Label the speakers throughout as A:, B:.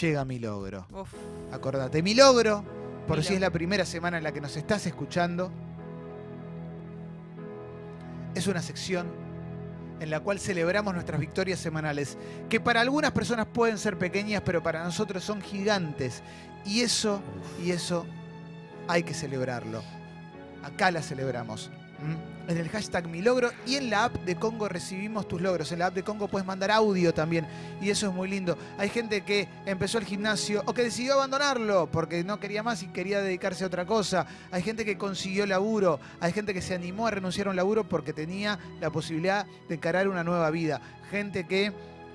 A: llega mi logro.
B: Uf,
A: Acordate, mi logro, por
B: Mi
A: si es
B: logro.
A: la primera semana en la que nos estás escuchando, es una sección en la cual celebramos nuestras victorias semanales, que para algunas personas pueden ser pequeñas, pero para nosotros son gigantes. Y eso, y eso hay que celebrarlo. Acá la celebramos. ¿m? En el hashtag mi logro y en la app de Congo recibimos tus logros. En la app de Congo puedes mandar audio también. Y eso es muy lindo. Hay gente que empezó el gimnasio o que decidió abandonarlo porque no quería más y quería dedicarse a otra cosa. Hay gente que consiguió laburo. Hay gente que se animó a renunciar a un laburo porque tenía la posibilidad de encarar una nueva vida. Gente que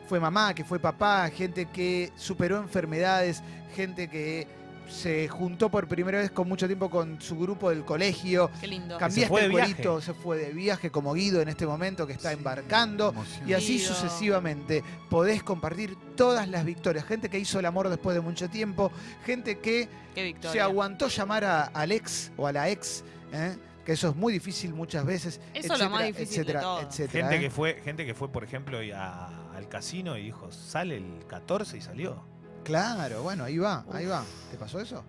A: fue mamá, que fue papá, gente que superó enfermedades, gente que se juntó por primera vez con mucho tiempo con su grupo del colegio.
B: qué lindo.
C: Cam-
A: Cambiaste
C: se fue
A: el
C: de viaje.
A: cuerito, se fue de viaje como Guido en este momento que está embarcando. Y así
B: Guido.
A: sucesivamente podés compartir todas las victorias. Gente que hizo el amor después de mucho tiempo, gente que
B: Qué victoria.
A: se aguantó llamar a, al ex o a la ex, ¿eh? que eso es muy difícil muchas veces.
B: Eso es lo más difícil de
A: etcétera,
B: todo.
A: etcétera,
C: Gente
A: ¿eh?
C: que fue, gente que fue, por ejemplo, y a- al casino y dijo, sale el 14 y salió.
A: Claro, bueno, ahí va, ahí va. ¿Te pasó eso?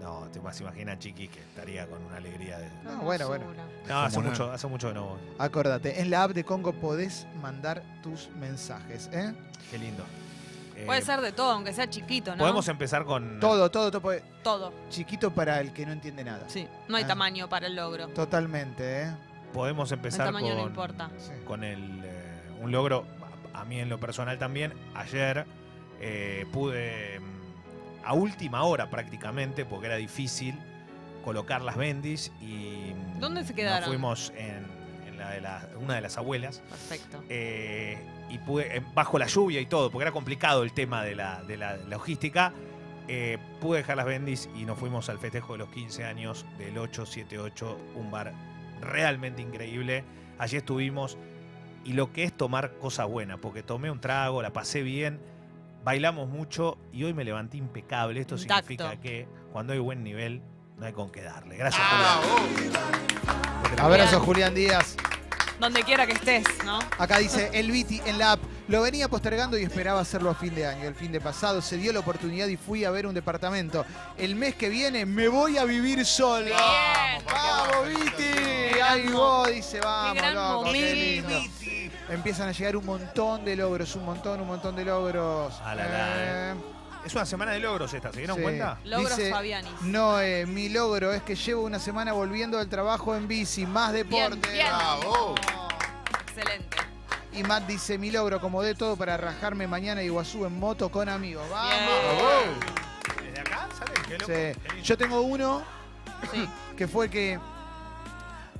C: No, te más imagina Chiqui que estaría con una alegría de.
B: Qué
A: No, bueno,
B: hermosura.
C: No, hace
D: Como
C: mucho, hace mucho que no. voy.
A: Acordate, en la app de Congo podés mandar tus mensajes. ¿eh?
C: Qué lindo. Eh,
B: Puede ser de todo, aunque sea chiquito, ¿no?
C: Podemos em- empezar con.
A: Todo, todo, todo. puede-
B: Todo,
A: Chiquito para el que no entiende nada.
B: sí. No hay
A: Ah.
B: tamaño para el logro.
A: Totalmente, ¿eh?
C: Podemos
B: El
C: empezar
B: tamaño
C: con.
B: no importa.
A: Sí.
C: con el, eh, un logro, a a mí en lo personal también, ayer eh, pude, mm, a última hora prácticamente, porque era difícil, colocar las bendis y... mm,
B: ¿Dónde se
C: nos
B: quedaron?
C: fuimos en, en la de la- una de las abuelas
B: Perfecto.
C: eh, y pude, eh, bajo la lluvia y todo, porque era complicado el tema de la, de la logística. eh, pude dejar las bendis y nos fuimos al festejo de los 15 años del 878, un bar realmente increíble. Allí estuvimos y lo que es tomar cosas buenas, porque tomé un trago, la pasé bien, bailamos mucho y hoy me levanté impecable. Esto
B: Intacto.
C: significa que cuando hay buen nivel, no hay con qué darle. Gracias, Julián.
A: Abrazo, Julián Díaz.
B: Donde quiera que estés, ¿no?
A: Acá dice el Viti en la app. Lo venía postergando y esperaba hacerlo a fin de año. El fin de pasado se dio la oportunidad y fui a ver un departamento. El mes que viene me voy a vivir solo.
B: Bien.
A: ¡Vamos, Viti!
B: Qué
A: Ahí
B: gran
A: voy, dice, vamos,
B: gran
A: loco, qué
B: momento.
A: lindo. Empiezan a llegar un montón de logros, un montón, un montón de logros.
C: Ah, la, la,
A: Eh,
C: Es una semana de logros esta, ¿se dieron
A: Sí.
C: cuenta?
B: Logros
A: Dice-
B: Fabiani.
A: No, eh, mi logro es que llevo una semana volviendo del trabajo en bici, más
B: Bien,
A: deporte.
B: bien.
D: Bravo.
B: Excelente.
A: Y Matt dice, mi logro, como de todo, para rajarme mañana a Iguazú en moto con amigos. ¡Vamos!
D: Oh,
C: oh,
B: Bien.
C: ¿Desde acá? ¿Sabes qué loco?
A: Sí.
C: Qué lindo.
A: Yo tengo uno
B: Sí.
A: que fue que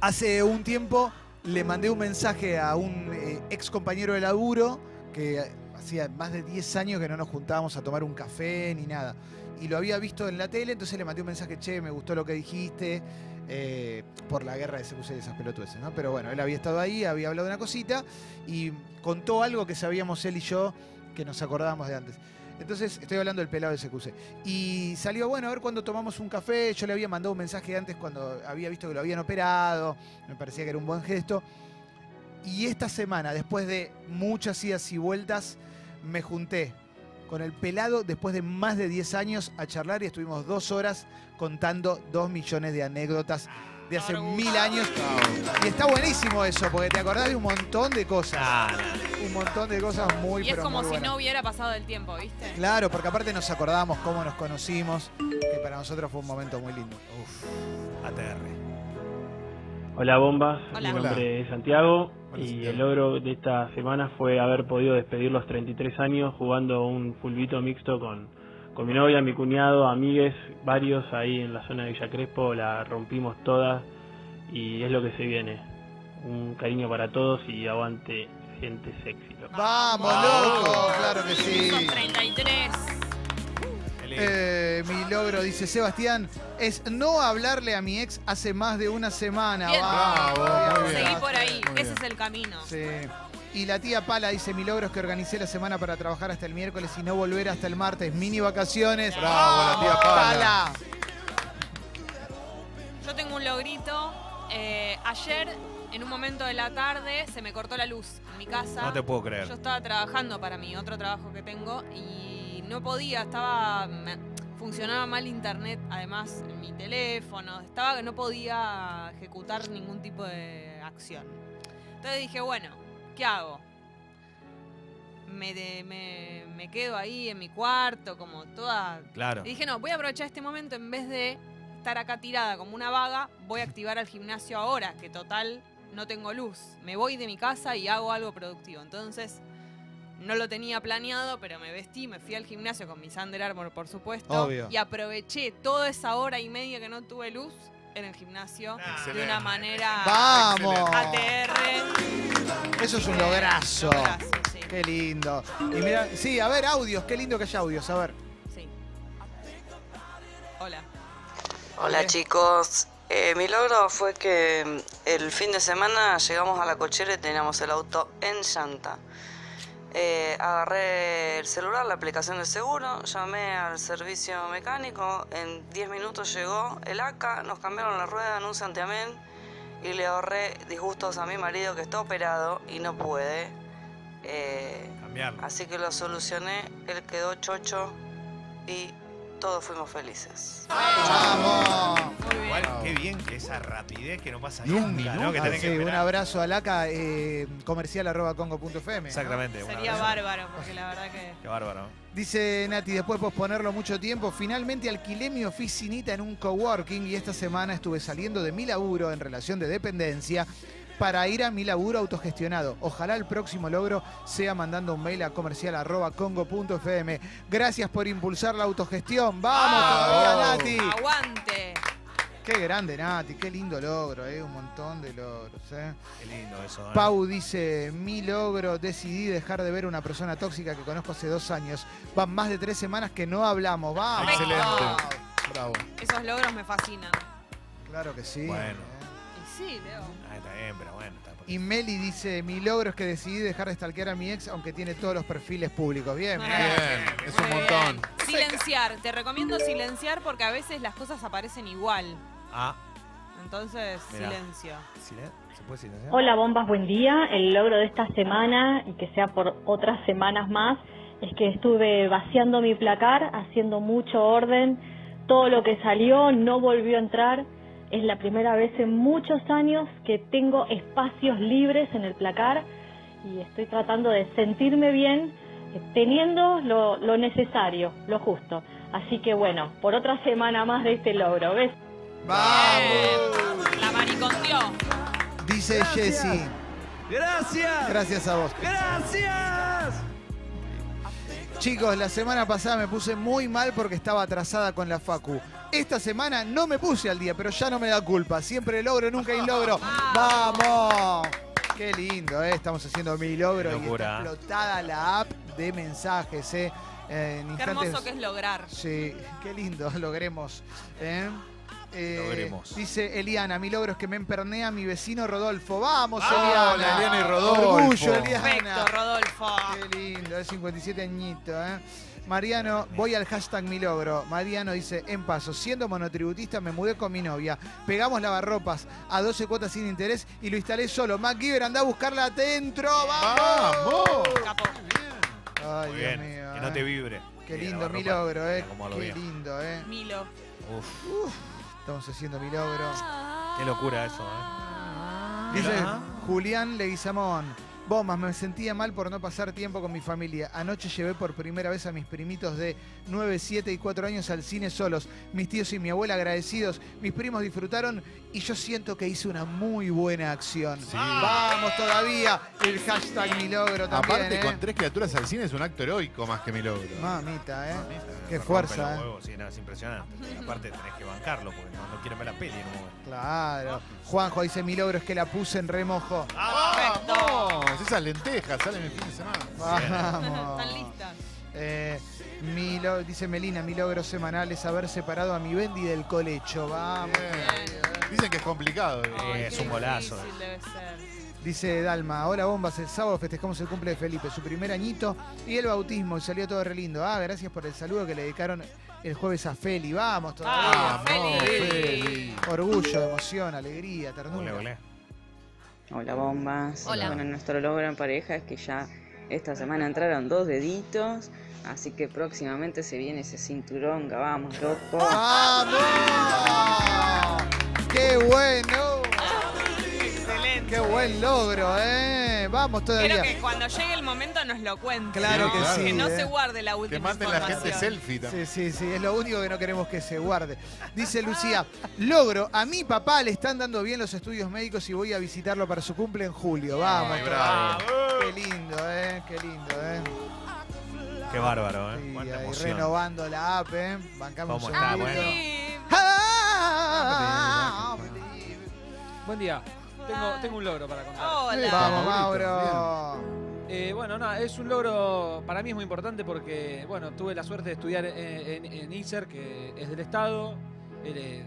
A: hace un tiempo le mandé un mensaje a un eh, ex compañero de laburo que hacía más de 10 años que no nos juntábamos a tomar un café ni nada. Y lo había visto en la tele, entonces le mandé un mensaje, che, me gustó lo que dijiste, eh, por la guerra de CQC y esas pelotudeces, ¿no? Pero bueno, él había estado ahí, había hablado de una cosita y contó algo que sabíamos él y yo que nos acordábamos de antes. Entonces, estoy hablando del pelado de CQC. Y salió, bueno, a ver cuando tomamos un café. Yo le había mandado un mensaje antes cuando había visto que lo habían operado. Me parecía que era un buen gesto. Y esta semana, después de muchas idas y vueltas, me junté con el pelado después de más de 10 años a charlar y estuvimos dos horas contando dos millones de anécdotas de hace
B: Orgullo.
A: mil años. Y está buenísimo eso, porque te acordás de un montón de cosas.
C: Ah, no.
A: Un montón de cosas muy
B: Y es
A: pero
B: como
A: muy
B: si
A: buenas.
B: no hubiera pasado el tiempo, ¿viste?
A: Claro, porque aparte nos acordamos cómo nos conocimos, que para nosotros fue un momento muy lindo.
C: Uf, ATR.
E: Hola bombas,
B: Hola.
E: mi
D: Hola.
E: nombre es Santiago
D: Hola,
E: y
D: Santiago.
E: el logro de esta semana fue haber podido despedir los 33 años jugando un fulbito mixto con, con mi novia, mi cuñado, amigues, varios ahí en la zona de Villa Crespo, la rompimos todas y es lo que se viene. Un cariño para todos y aguante, gente sexy. loco.
A: ¡Vamos,
D: Vamos.
A: loco! ¡Claro que
B: Son
A: sí!
B: 33.
C: Qué lindo.
A: Eh, mi logro, dice Sebastián, es no hablarle a mi ex hace más de una semana.
B: Bien.
A: ¡Vamos!
D: Muy bien.
B: Seguí por ahí.
D: Muy
B: Ese
D: bien.
B: es el camino.
A: Sí. Y la tía Pala dice, mi logro es que organicé la semana para trabajar hasta el miércoles y no volver hasta el martes. Mini vacaciones.
D: Bravo, la tía Pala.
A: Pala.
B: Yo tengo un logrito. Eh, ayer, en un momento de la tarde, se me cortó la luz en mi casa.
C: No te puedo
B: Yo
C: creer.
B: estaba trabajando para mi otro trabajo que tengo y no podía, estaba. me- funcionaba mal internet, además, en mi teléfono. Estaba que no podía ejecutar ningún tipo de acción. Entonces dije, bueno, ¿qué hago? Me, de- me, me quedo ahí en mi cuarto, como toda.
C: Claro.
B: Y dije, no, voy a aprovechar este momento en vez de estar acá tirada como una vaga, voy a activar al gimnasio ahora, que total no tengo luz. Me voy de mi casa y hago algo productivo. Entonces, no lo tenía planeado, pero me vestí, me fui al gimnasio con mi Under Armour, por supuesto.
A: Obvio.
B: Y aproveché toda esa hora y media que no tuve luz en el gimnasio de
D: Excelente.
B: una manera
A: ¡Vamos!
B: ATR.
A: Eso es un lograzo.
B: Lograzo, sí,
A: Qué lindo. Y mira, sí, a ver, audios, qué lindo que haya audios, a ver.
B: sí. Hola.
F: Hola chicos, Eh, mi logro fue que mm, el fin de semana llegamos a la cochera y teníamos el auto en llanta. Eh, agarré el celular, la aplicación del seguro, llamé al servicio mecánico, en 10 minutos llegó el ACA, nos cambiaron la rueda en un santiamén y le ahorré disgustos a mi marido que está operado y no puede. Eh,
C: Cambiarlo.
A: Ah,
F: así que lo solucioné, él quedó chocho y todos fuimos felices.
A: ¡Vamos!
C: Igual, qué bien que esa rapidez que no pasa
A: Y un
C: nunca, ¿no? Que
A: Ah,
C: tenés
A: sí,
C: que
A: un
C: esperar.
A: abrazo a Laca, eh, comercial arroba congo.fm.
C: Exactamente. un
B: Sería
C: Este, abrazo.
B: bárbaro, porque la verdad que.
C: Qué bárbaro.
A: Dice Nati, después de posponerlo mucho tiempo, finalmente alquilé mi oficinita en un coworking y esta semana estuve saliendo de mi laburo en relación de dependencia para ir a mi laburo autogestionado. Ojalá el próximo logro sea mandando un mail a comercial arroba congo.fm. Gracias por impulsar la autogestión. ¡Vamos
C: Ah,
D: ¡Vamos!
A: todavía, Nati!
B: ¡Aguante!
A: ¡Qué grande, Nati! ¡Qué lindo logro! eh! Un montón de logros. eh.
C: Qué lindo eso. ¿eh?
A: Pau dice, mi logro, decidí dejar de ver a una persona tóxica que conozco hace dos años. Van más de tres semanas que no hablamos. ¡Vamos!
D: Excelente. Bravo.
B: Esos logros me fascinan.
A: Claro que sí. eh.
C: Bueno.
B: Y sí, Leo.
C: Ah, está bien, pero bueno. Está por-
A: Y Meli dice, mi logro es que decidí dejar de stalkear a mi ex, aunque tiene todos los perfiles públicos. Bien,
B: Bueno.
A: bien.
D: Bien, es un
B: Muy
D: montón.
B: bien. Silenciar. Te recomiendo silenciar porque a veces las cosas aparecen igual.
C: Ah,
B: Entonces,
C: Mirá.
B: silencio.
C: ¿silen- ¿se puede silenciar?
G: Hola bombas, buen día. El logro de esta semana y que sea por otras semanas más es que estuve vaciando mi placar, haciendo mucho orden. Todo lo que salió no volvió a entrar. Es la primera vez en muchos años que tengo espacios libres en el placar y estoy tratando de sentirme bien eh, teniendo lo, lo necesario, lo justo. Así que bueno, por otra semana más de este logro. ¿Ves?
A: ¡Vamos!
B: Eh, La maricondió.
A: Dice Jessy.
C: ¡Gracias!
A: Gracias a vos.
C: ¡Gracias!
A: Chicos, la semana pasada me puse muy mal porque estaba atrasada con la Facu. Esta semana no me puse al día, pero ya no me da culpa. Siempre logro, nunca hay logro. ¡Vamos! Qué lindo, ¿eh? Estamos haciendo mi logro
C: Qué
A: y
C: locura.
A: está explotada la app de mensajes, ¿eh? Eh, en
B: Qué hermoso que es lograr.
A: Sí, qué lindo, logremos. ¿eh? Eh,
C: Logremos.
A: Dice Eliana, mi logro es que me empernea mi vecino Rodolfo. ¡Vamos,
D: Hola,
A: Eliana!
D: Eliana y Rodolfo.
A: Orgullo, Eliana.
B: Perfecto, Rodolfo.
A: Qué lindo, es 57 añito, ¿eh? Mariano, voy al hashtag mi logro. Mariano dice, en paso, siendo monotributista me mudé con mi novia. Pegamos lavarropas a 12 cuotas sin interés y lo instalé solo. MacGyver, anda a buscarla adentro. ¡Vamos!
D: ¡Vamos!
B: Capo.
A: Ay,
C: Muy
A: Dios
C: bien.
A: mío,
C: que no
A: ¿eh?
C: te vibre.
A: Qué
C: Sí, la
A: lindo mi
C: ropa,
A: logro, ¿eh?
C: mira cómo lo
A: Qué
C: veo.
A: lindo, ¿eh?
B: Milo.
C: Uf,
A: Estamos haciendo mi logro.
C: qué locura eso, ¿eh?
A: Dice
C: Mirá.
A: Julián Leguizamón. Bombas, me sentía mal por no pasar tiempo con mi familia. Anoche llevé por primera vez a mis primitos de 9, 7 y 4 años al cine solos. Mis tíos y mi abuela agradecidos. Mis primos disfrutaron y yo siento que hice una muy buena acción. Vamos todavía. El hashtag mi logro también.
D: Aparte,
A: ¿eh?
D: con tres criaturas al cine es un acto heroico más que mi logro.
A: Mamita, ¿eh?
C: Me
A: Qué
C: rompe
A: fuerza,
C: los
A: ¿eh?
C: huevos, sí, no, es impresionante. Y aparte tenés que bancarlo porque no, no quieren ver la peli en un momento.
A: Claro. Juanjo dice, mi logro es que la puse en remojo.
D: ¡Vamos! Esas lentejas salen el fin de semana.
A: Vamos.
B: Están listas.
A: Eh, mi lo- dice Melina, mi logro semanal es haber separado a mi Bendy del colecho. Vamos.
D: Bien. Dicen que es complicado. eh.
B: Ay,
C: es
B: qué
C: un golazo.
B: difícil debe ser.
A: Dice Dalma, hola bombas, el sábado festejamos el cumple de Felipe, su primer añito y el bautismo y salió todo re lindo. Ah, gracias por el saludo que le dedicaron el jueves a Feli. Vamos todavía.
B: Ah,
D: ¡Vamos,
B: Feli.
D: Feli!
A: Orgullo, emoción, alegría,
C: Ole,
A: ternura.
C: ole.
H: Hola bombas.
B: Hola.
H: Bueno, nuestro logro en pareja es que ya Esta semana entraron dos deditos, así que próximamente se viene ese cinturón, vamos, loco.
A: ¡Vamos! ¡Qué bueno!
B: Excelente.
A: ¡Qué buen logro, eh! Vamos
B: Quiero
A: todavía.
B: que cuando llegue el momento nos lo cuenten.
A: Claro
D: que sí,
B: Que no
A: eh.
B: se guarde la última
D: Que manden la gente
B: información.
D: selfie también.
A: Sí, sí, sí, es lo único que no queremos que se guarde. Dice Lucía, logro, a mi papá le están dando bien los estudios médicos y voy a visitarlo para su cumple en julio. Vamos,
D: Ay, bravo.
A: todavía. qué lindo, ¿eh? Qué lindo, ¿eh?
C: Qué bárbaro, ¿eh?
A: Sí,
C: Cuánta
A: ahí
C: emoción.
A: renovando la app, ¿eh? Bancamos
C: ¿Cómo
A: un
C: está?
A: segundito.
C: Bueno.
B: Sí.
A: Ah,
I: Buen día. Tengo, tengo un logro para contar.
B: Hola.
A: Vamos,
D: Maurito,
A: Mauro.
I: Eh, bueno, no, es un logro para mí es muy importante porque, bueno, tuve la suerte de estudiar eh, en, en ISER, que es del Estado. Él, eh,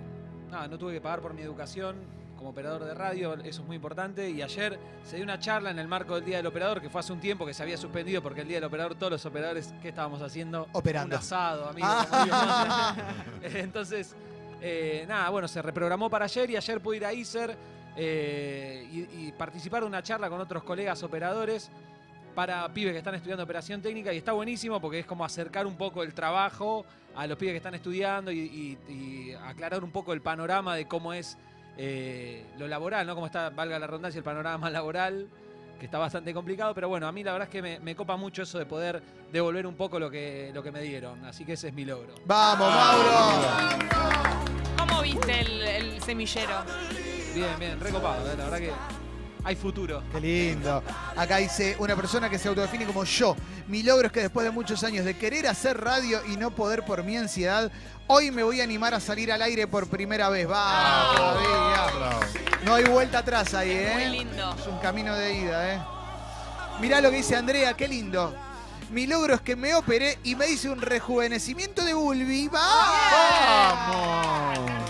I: nada, no tuve que pagar por mi educación como operador de radio, eso es muy importante. Y ayer se dio una charla en el marco del Día del Operador, que fue hace un tiempo que se había suspendido porque el Día del Operador, todos los operadores, ¿qué estábamos haciendo?
A: Operando.
I: Un asado, amigo.
A: Ah.
I: Entonces, eh, nada, bueno, se reprogramó para ayer y ayer pude ir a ISER eh, y, y participar de una charla con otros colegas operadores para pibes que están estudiando operación técnica y está buenísimo porque es como acercar un poco el trabajo a los pibes que están estudiando y, y- y aclarar un poco el panorama de cómo es eh, lo laboral, ¿no? Cómo está, valga la redundancia, el panorama laboral, que está bastante complicado, pero bueno, a mí la verdad es que me, me copa mucho eso de poder devolver un poco lo que, lo que me dieron, así que ese es mi logro.
A: Vamos,
C: Ah,
A: Mauro.
B: ¿Cómo viste el, el semillero?
I: Bien, bien, recopado, ¿eh? la verdad que hay futuro.
A: Qué lindo. Acá dice una persona que se autodefine como yo. Mi logro es que después de muchos años de querer hacer radio y no poder por mi ansiedad, hoy me voy a animar a salir al aire por primera vez. Vamos, todavía.
D: Bravo.
A: No hay vuelta atrás ahí, ¿eh?
B: Oh. Muy lindo.
A: Es un camino de ida, ¿eh? Mirá lo que dice Andrea, qué lindo. Mi logro es que me operé y me hice un rejuvenecimiento de vulvi.
B: Ah.
A: ¡Vamos!
D: Vamos.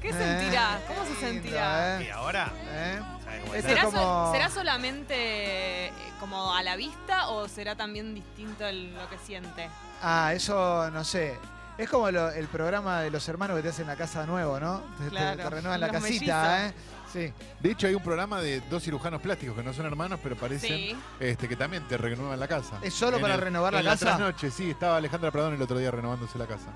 B: ¿Qué
A: Eh,
B: sentirá? ¿Cómo se
A: lindo,
B: sentirá?
C: Y
A: ¿eh?
C: ahora,
A: ¿Eh?
C: ¿sabes cómo
A: Es
C: está?
B: ¿Será, sol-
A: como-
B: será solamente eh, como a la vista o será también distinto el- lo que siente?
A: Ah, eso no sé. Es como lo- el programa de los hermanos que te hacen la casa de nuevo, ¿no? Te- Te,
B: Claro,
A: te renuevan la
B: los
A: casita, ¿eh? Sí.
D: De hecho, hay un programa de dos cirujanos plásticos que no son hermanos, pero parecen
B: Sí.
D: este, que también te renuevan la casa.
A: ¿Es solo para renovar la
D: en
A: casa?
D: La noche, sí, estaba Alejandra Pradón el otro día renovándose la casa.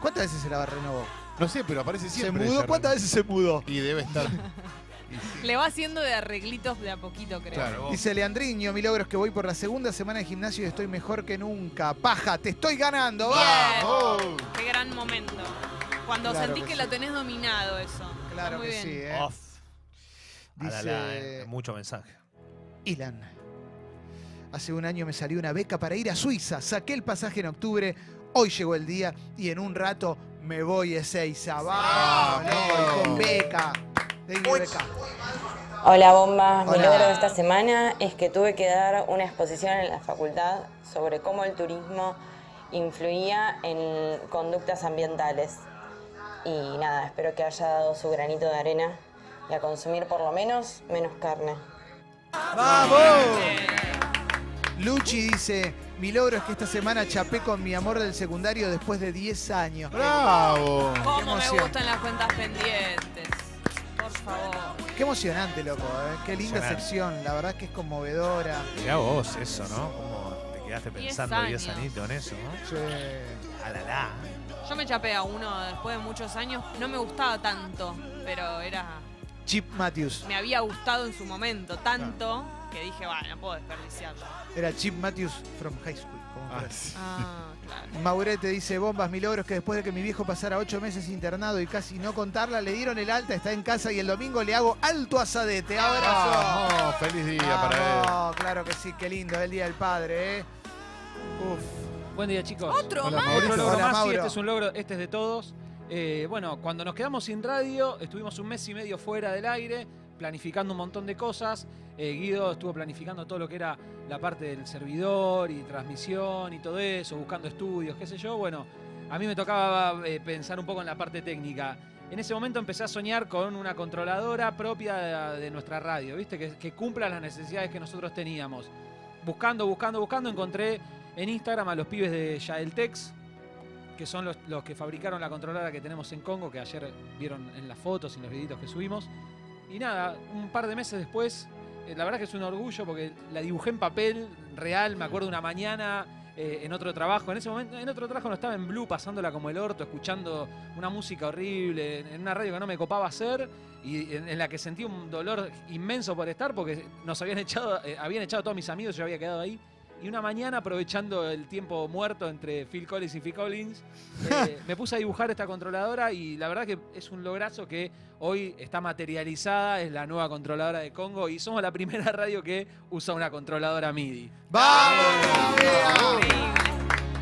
A: ¿Cuántas veces se la renovó?
D: No sé, pero aparece
A: ¿Se
D: siempre.
A: mudó?
D: ella.
A: ¿Cuántas veces se mudó?
D: Y debe estar. Y sí.
B: Le va haciendo de arreglitos de a poquito, creo.
D: Claro.
A: Dice Leandriño, mi logro es que voy por la segunda semana de gimnasio y estoy mejor que nunca. Paja, te estoy ganando.
B: Bien.
A: ¡Vamos!
B: Qué gran momento. Cuando
A: Claro
B: sentís
A: que
B: que,
A: sí.
B: lo tenés dominado eso. Está
A: Claro
B: muy
A: que
B: bien.
A: sí, ¿eh?
D: Oh,
C: Off. Ah, la, la, eh.
A: Dice
C: Mucho mensaje.
A: Ilan. Hace un año me salió una beca para ir a Suiza. Saqué el pasaje en octubre. Hoy llegó el día y en un rato me voy a Ezeiza. ¡Vamos!
D: ¡Vamos!
A: loco! Con beca. Tengo beca.
H: Hola bombas, mi
A: Hola.
H: logro de esta semana es que tuve que dar una exposición en la facultad sobre cómo el turismo influía en conductas ambientales. Y nada, espero que haya dado su granito de arena y a consumir por lo menos menos carne.
A: Luchi dice, mi logro es que esta semana chapé con mi amor del secundario después de 10 años.
D: ¡Bravo!
B: ¿Cómo me
A: emoción.
B: gustan las cuentas pendientes? Por favor.
A: Qué emocionante, loco. ¿eh? Qué linda
C: Emocionante.
A: sección. La verdad es que es conmovedora.
C: Mirá vos eso, ¿no? Cómo te quedaste
B: Diez
C: pensando 10
B: años.
C: añitos en eso, ¿no?
A: Che.
C: A la la.
B: Yo me chapé a uno después de muchos años. No me gustaba tanto, pero era.
A: Chip Matthews.
B: Me había gustado en su momento tanto que dije, va, no puedo desperdiciarlo.
A: Era Chip Matthews from high school. como
D: Ah,
A: fuera.
D: sí.
B: Ah, claro.
A: Maurete dice, bombas, mi logro es que después de que mi viejo pasara ocho meses internado y casi no contarla, le dieron el alta, está en casa y el domingo le hago alto asadete. ¡Abrazo!
D: ¡Vamos! ¡Feliz día para él!
A: Vamos, claro que sí, qué lindo, el Día del Padre, ¿eh? Uf.
I: Buen día, chicos.
B: Otro
D: Hola,
B: más.
I: Otro logro
A: Hola,
I: más, sí,
A: Mauro.
I: este es un logro, este es de todos. Eh, bueno, cuando nos quedamos sin radio, estuvimos un mes y medio fuera del aire, planificando un montón de cosas. Eh, Guido estuvo planificando todo lo que era la parte del servidor y transmisión y todo eso, buscando estudios, qué sé yo. Bueno, a mí me tocaba eh, pensar un poco en la parte técnica. En ese momento empecé a soñar con una controladora propia de, de nuestra radio, ¿viste? Que, que cumpla las necesidades que nosotros teníamos. Buscando, buscando, buscando, encontré en Instagram a los pibes de Yaeltex, que son los, los que fabricaron la controladora que tenemos en Congo, que ayer vieron en las fotos y en los videitos que subimos. Y nada, un par de meses después eh, la verdad que es un orgullo porque la dibujé en papel real, me acuerdo una mañana eh, en otro trabajo, en ese momento, en otro trabajo no estaba en Blue pasándola como el orto, escuchando una música horrible, en- en una radio que no me copaba hacer y en, en la que sentí un dolor inmenso por estar porque nos habían echado, eh, habían echado a todos mis amigos, yo había quedado ahí. Y una mañana, aprovechando el tiempo muerto entre Phil Collins y Phil Collins, eh, me puse a dibujar esta controladora y la verdad que es un lograzo que hoy está materializada, es la nueva controladora de Congo y somos la primera radio que usa una controladora MIDI.
A: ¡Vamos, Navea!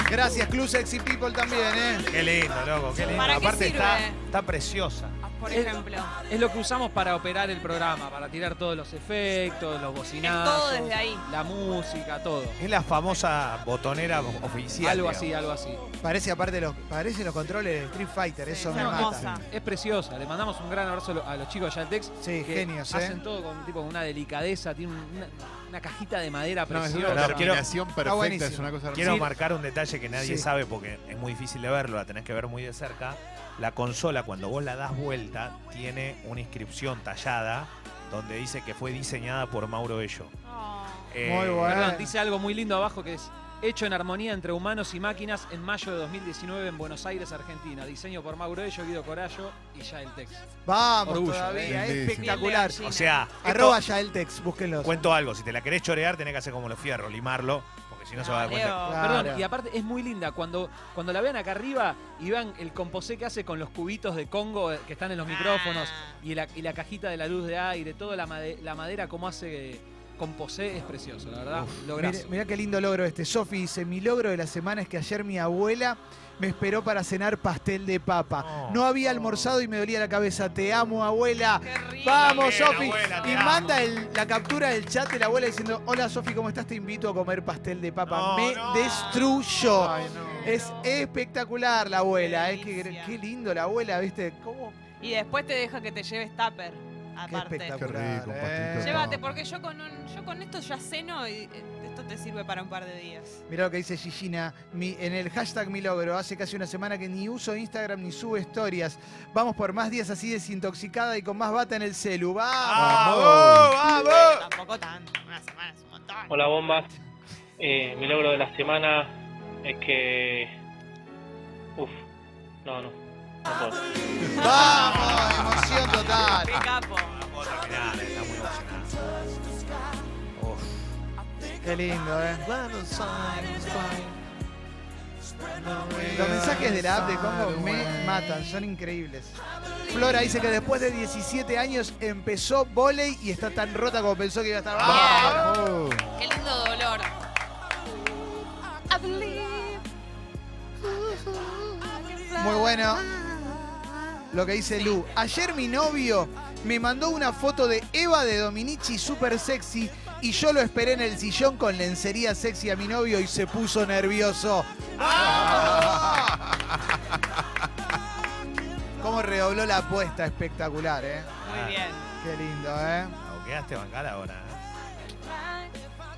A: Gracias, Club Sexy People también, ¿eh?
C: Qué lindo, loco, qué lindo.
B: ¿Para qué
C: Aparte está,
B: sirve?
C: está preciosa.
B: Ah, Por
I: Es-
B: ejemplo,
I: Es lo que usamos para operar el programa, para tirar todos los efectos, los bocinazos,
B: todo desde ahí.
I: la música, todo.
C: Es la famosa botonera oficial.
I: algo
C: digamos.
I: así, algo así.
A: Parece aparte los, parece los controles de Street Fighter,
B: Sí,
A: eso
B: es
A: me
B: hermosa.
A: mata.
I: Es preciosa, le mandamos un gran abrazo a lo- a los chicos de Yaltex.
A: Sí,
I: que
A: genios, ¿eh?
I: Hacen todo con tipo con una delicadeza, tiene un- una, una cajita de madera
D: No, es
I: preciosa.
D: una
C: No, quiero-
D: terminación perfecta,
A: buenísimo.
D: es una cosa hermosa.
C: Quiero
I: Sí.
C: marcar un detalle que
A: Sí.
C: nadie sabe porque es muy difícil de verlo, la tenés que ver muy de cerca. La consola, cuando vos la das vuelta, tiene una inscripción tallada donde dice que fue diseñada por Mauro Bello.
B: Oh.
C: Eh,
A: Muy bueno.
I: Perdón, dice algo muy lindo abajo que es hecho en armonía entre humanos y máquinas en mayo de 2019 en Buenos Aires, Argentina. Diseño por Mauro Ello, Guido Corallo y ya el text.
A: Vamos
I: Orgullo,
A: todavía,
D: ¿eh?
A: espectacular.
B: Bien de
C: O sea,
A: Arroba
C: esto-
A: ya el text, búsquenlos.
C: cuento algo, si te la querés chorear, tenés que hacer como los fierros, limarlo, porque si no, se va a dar
B: Leo.
C: cuenta.
A: Claro.
I: Perdón, y aparte es muy linda. Cuando, cuando la vean acá arriba y vean el composé que hace con los cubitos de Congo eh, que están en los micrófonos
B: Ah.
I: y la, y la cajita de la luz de aire, toda la, made- la madera, como hace eh, composé, es precioso, la verdad.
A: Mirá,
I: Lograzo.
A: mirá qué lindo logro este. Sofi dice, mi logro de la semana es que ayer mi abuela me esperó para cenar pastel de papa.
C: No.
A: No, había almorzado y me dolía la cabeza. Te amo, abuela.
B: Qué rico.
A: Vamos,
C: Bien,
A: Sofi.
C: abuela, te
A: Y
C: amo.
A: manda el- la captura del chat de la abuela diciendo, hola Sofi, ¿cómo estás? Te invito a comer pastel de papa.
C: No,
A: me
C: no.
A: destruyó.
D: Ay, no.
A: Es espectacular la abuela. Es que,
B: delicia.
A: qué lindo la abuela, ¿viste? ¿Cómo?
B: Y después te deja que te lleves tupper.
A: Qué
B: Aparte.
A: espectacular.
D: Qué rico, un
A: eh.
D: pastelito.
B: Llévate, porque yo con un, yo con esto ya ceno y eh, esto te sirve para un par de días.
A: Mirá lo que dice Gigina. Mi- en el hashtag mi logro, hace casi una semana que ni uso Instagram ni subo historias. Vamos por más días así desintoxicada y con más bata en el celu. ¡Vamos!
C: Ah, ¡Vamos! ¡Vamos!
B: Tampoco tanto, una semana es un montón.
E: Hola bombas. Eh, mi logro de la semana es que... Uf, no, no. no puedo.
A: ¡Vamos! Emoción total.
B: Qué capo.
C: Vamos a terminar, está muy emocionante.
A: Qué lindo, ¿eh? Los mensajes de la app de Congo me matan, son increíbles. Flora dice que después de 17 años empezó volei y está tan rota como pensó que iba a estar. ¡Vamos!
D: Oh,
B: Qué lindo dolor. I believe.
A: Muy bueno. Lo que dice Lu. Ayer mi novio me mandó una foto de Eva de Dominici super sexy y yo lo esperé en el sillón con lencería sexy a mi novio y se puso nervioso. Cómo redobló la apuesta, espectacular, ¿eh?
B: Muy bien.
A: Qué lindo, ¿eh?
C: Aunque quedaste bancal ahora. ¿eh?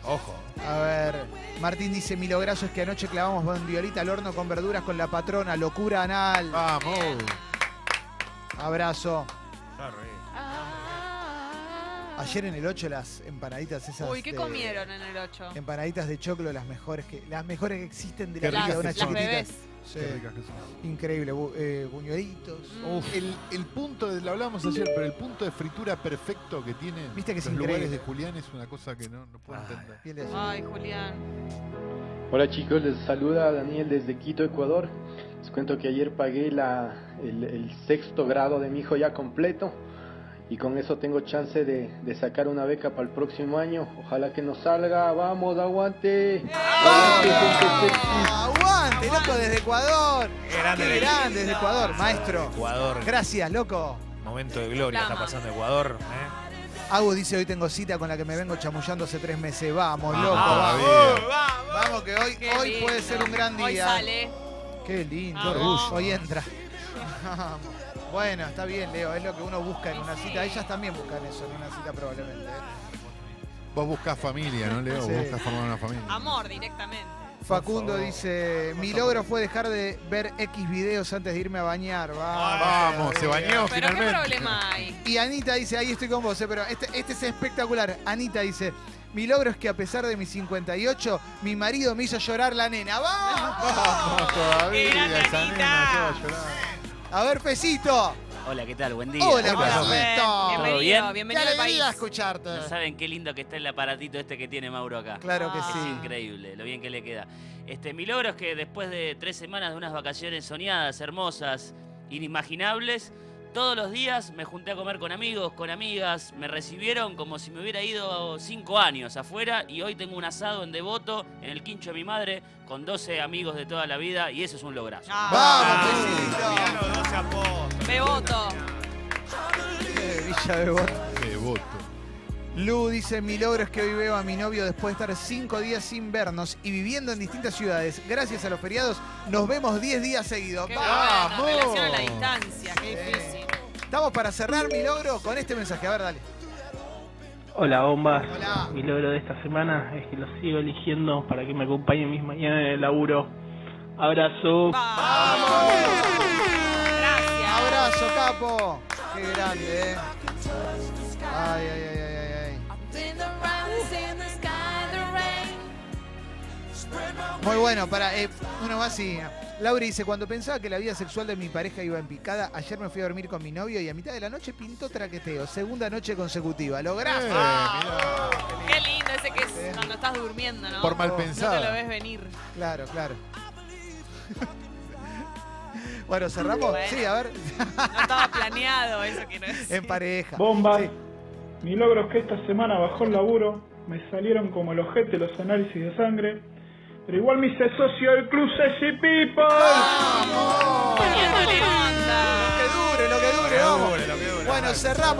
C: Ojo.
A: A ver, Martín dice, mi lograzo es que anoche clavamos bandiolita al horno con verduras con la patrona, locura anal.
D: Vamos.
A: Abrazo.
C: Sorry.
A: Ayer en el 8 las empanaditas esas.
B: Uy, ¿qué
A: de-
B: comieron en el 8?
A: Empanaditas de choclo, las mejores que, las mejores que existen de
D: Qué
A: la
B: Las,
A: vida,
D: ricas
A: unas
D: que
B: las
D: son.
A: chiquititas.
B: bebés.
A: Sí,
D: Qué ricas que son.
A: increíble, bu- eh, buñuelitos.
B: Uf.
D: El, el punto, de, lo hablábamos ayer, pero el punto de fritura perfecto que tiene
A: Viste que es
D: los lugares
A: increíble. Ah,
D: de Julián es una cosa que no, no puedo
C: Ay.
D: entender.
A: Piel de gallina.
B: Ay, Julián.
J: Hola chicos, les saluda Daniel desde Quito, Ecuador. Les cuento que ayer pagué la- el, el sexto grado de mi hijo ya completo y con eso tengo chance de, de sacar una beca para el próximo año. Ojalá que nos salga, vamos, aguante.
B: Ah,
J: Aguante, gente sexy.
A: Aguante, loco, desde Ecuador.
C: Qué grande.
A: Qué grande, desde Ecuador, maestro.
C: Ecuador.
A: Gracias, loco.
C: Momento de gloria está
B: Flama.
C: pasando Ecuador. ¿eh?
A: Agus dice, hoy tengo cita con la que me vengo chamullando hace tres meses. Vamos, loco,
C: Ah,
A: vamos.
D: vamos.
C: vamos.
A: Vamos, que hoy,
B: Qué
A: hoy
B: lindo.
A: puede ser un gran día.
B: Hoy sale.
A: Qué lindo.
B: Qué
D: Ah.
B: orgullo.
A: Hoy entra. Vamos. bueno, está bien, Leo. Es lo que uno busca en
B: Y
A: una
B: sí.
A: cita. Ellas también buscan eso en una cita probablemente. ¿eh?
D: Vos buscás familia, ¿no, Leo?
A: Sí.
D: Vos buscas formar una familia.
B: Amor directamente.
A: Facundo dice, mi logro fue dejar de ver X videos antes de irme a bañar. Vamos,
D: Ah, Vamos, se
A: Rodrigo.
D: bañó
B: Pero qué
D: finalmente.
B: problema hay.
A: Y Anita dice, ahí estoy con vos, eh, pero este, este es espectacular. Anita dice, mi logro es que a pesar de mis 58, mi marido me hizo llorar la nena. ¡Vamos!
D: Vamos todavía,
B: Qué gran
D: esa
B: Anita.
D: nena, qué va a llorar.
A: A ver, Fecito.
K: Hola, ¿qué tal? Buen día.
A: Hola,
D: Hola,
A: Fecito.
K: ¿Todo
B: Bienvenido,
K: bien?
A: Qué
B: bienvenido al país.
A: alegría escucharte.
K: No saben qué lindo que está el aparatito este que tiene Mauro acá.
A: Claro que
B: Ah.
K: Es
A: sí.
K: increíble, lo bien que le queda. Este, mi logro es que después de tres semanas de unas vacaciones soñadas, hermosas, inimaginables, todos los días me junté a comer con amigos, con amigas, me recibieron como si me hubiera ido cinco años afuera y hoy tengo un asado en Devoto, en el quincho de mi madre, con 12 amigos de toda la vida y eso es un lograzo.
A: Vamos,
B: Ah,
A: Fecito.
C: los 12 apóstoles.
B: me voto.
K: Ah.
A: Eh, Villa de Bot.
D: Qué voto.
A: Lu dice, mi logro es que hoy veo a mi novio después de estar cinco días sin vernos y viviendo en distintas ciudades. Gracias a los feriados, nos vemos 10 días seguidos.
B: Qué
A: Vamos.
B: bueno,
D: Vamos.
B: relación a la distancia, qué difícil.
A: Estamos para cerrar mi logro con este mensaje. A ver, dale.
E: Hola, bombas.
A: Hola.
E: Mi logro de esta semana es que los sigo eligiendo para que me acompañen mis mañanas en el laburo. Abrazo.
B: Vamos. Gracias.
A: Abrazo, capo. Qué grande, eh. Ay, ay, ay, ay, ay, ay. Muy bueno, para eh, uno va así. ah. Laura dice, cuando pensaba que la vida sexual de mi pareja iba en picada, ayer me fui a dormir con mi novio y a mitad de la noche pintó traqueteo. Segunda noche consecutiva. Lograste.
D: Eh,
B: Ah.
D: mirá.
B: Qué lindo ese que es cuando estás durmiendo, ¿no?
D: Por mal
A: No te
B: No te lo
D: pensada.
B: ves venir.
A: Claro, claro. bueno, cerramos.
B: Bueno.
A: Sí, a ver.
B: No estaba planeado, eso quiero decir.
A: en pareja.
E: Bombas.
A: Sí.
E: Mi logro es que esta semana bajó el laburo, me salieron como el ojete los análisis de sangre, pero igual me hice socio del club Sexy People.
A: ¡Vamos!
B: Poniéndole
A: Lo
B: onda.
A: que dure, lo que dure,
D: Lo que
A: vamos.
D: dure, lo que dure.
A: Bueno, cerramos.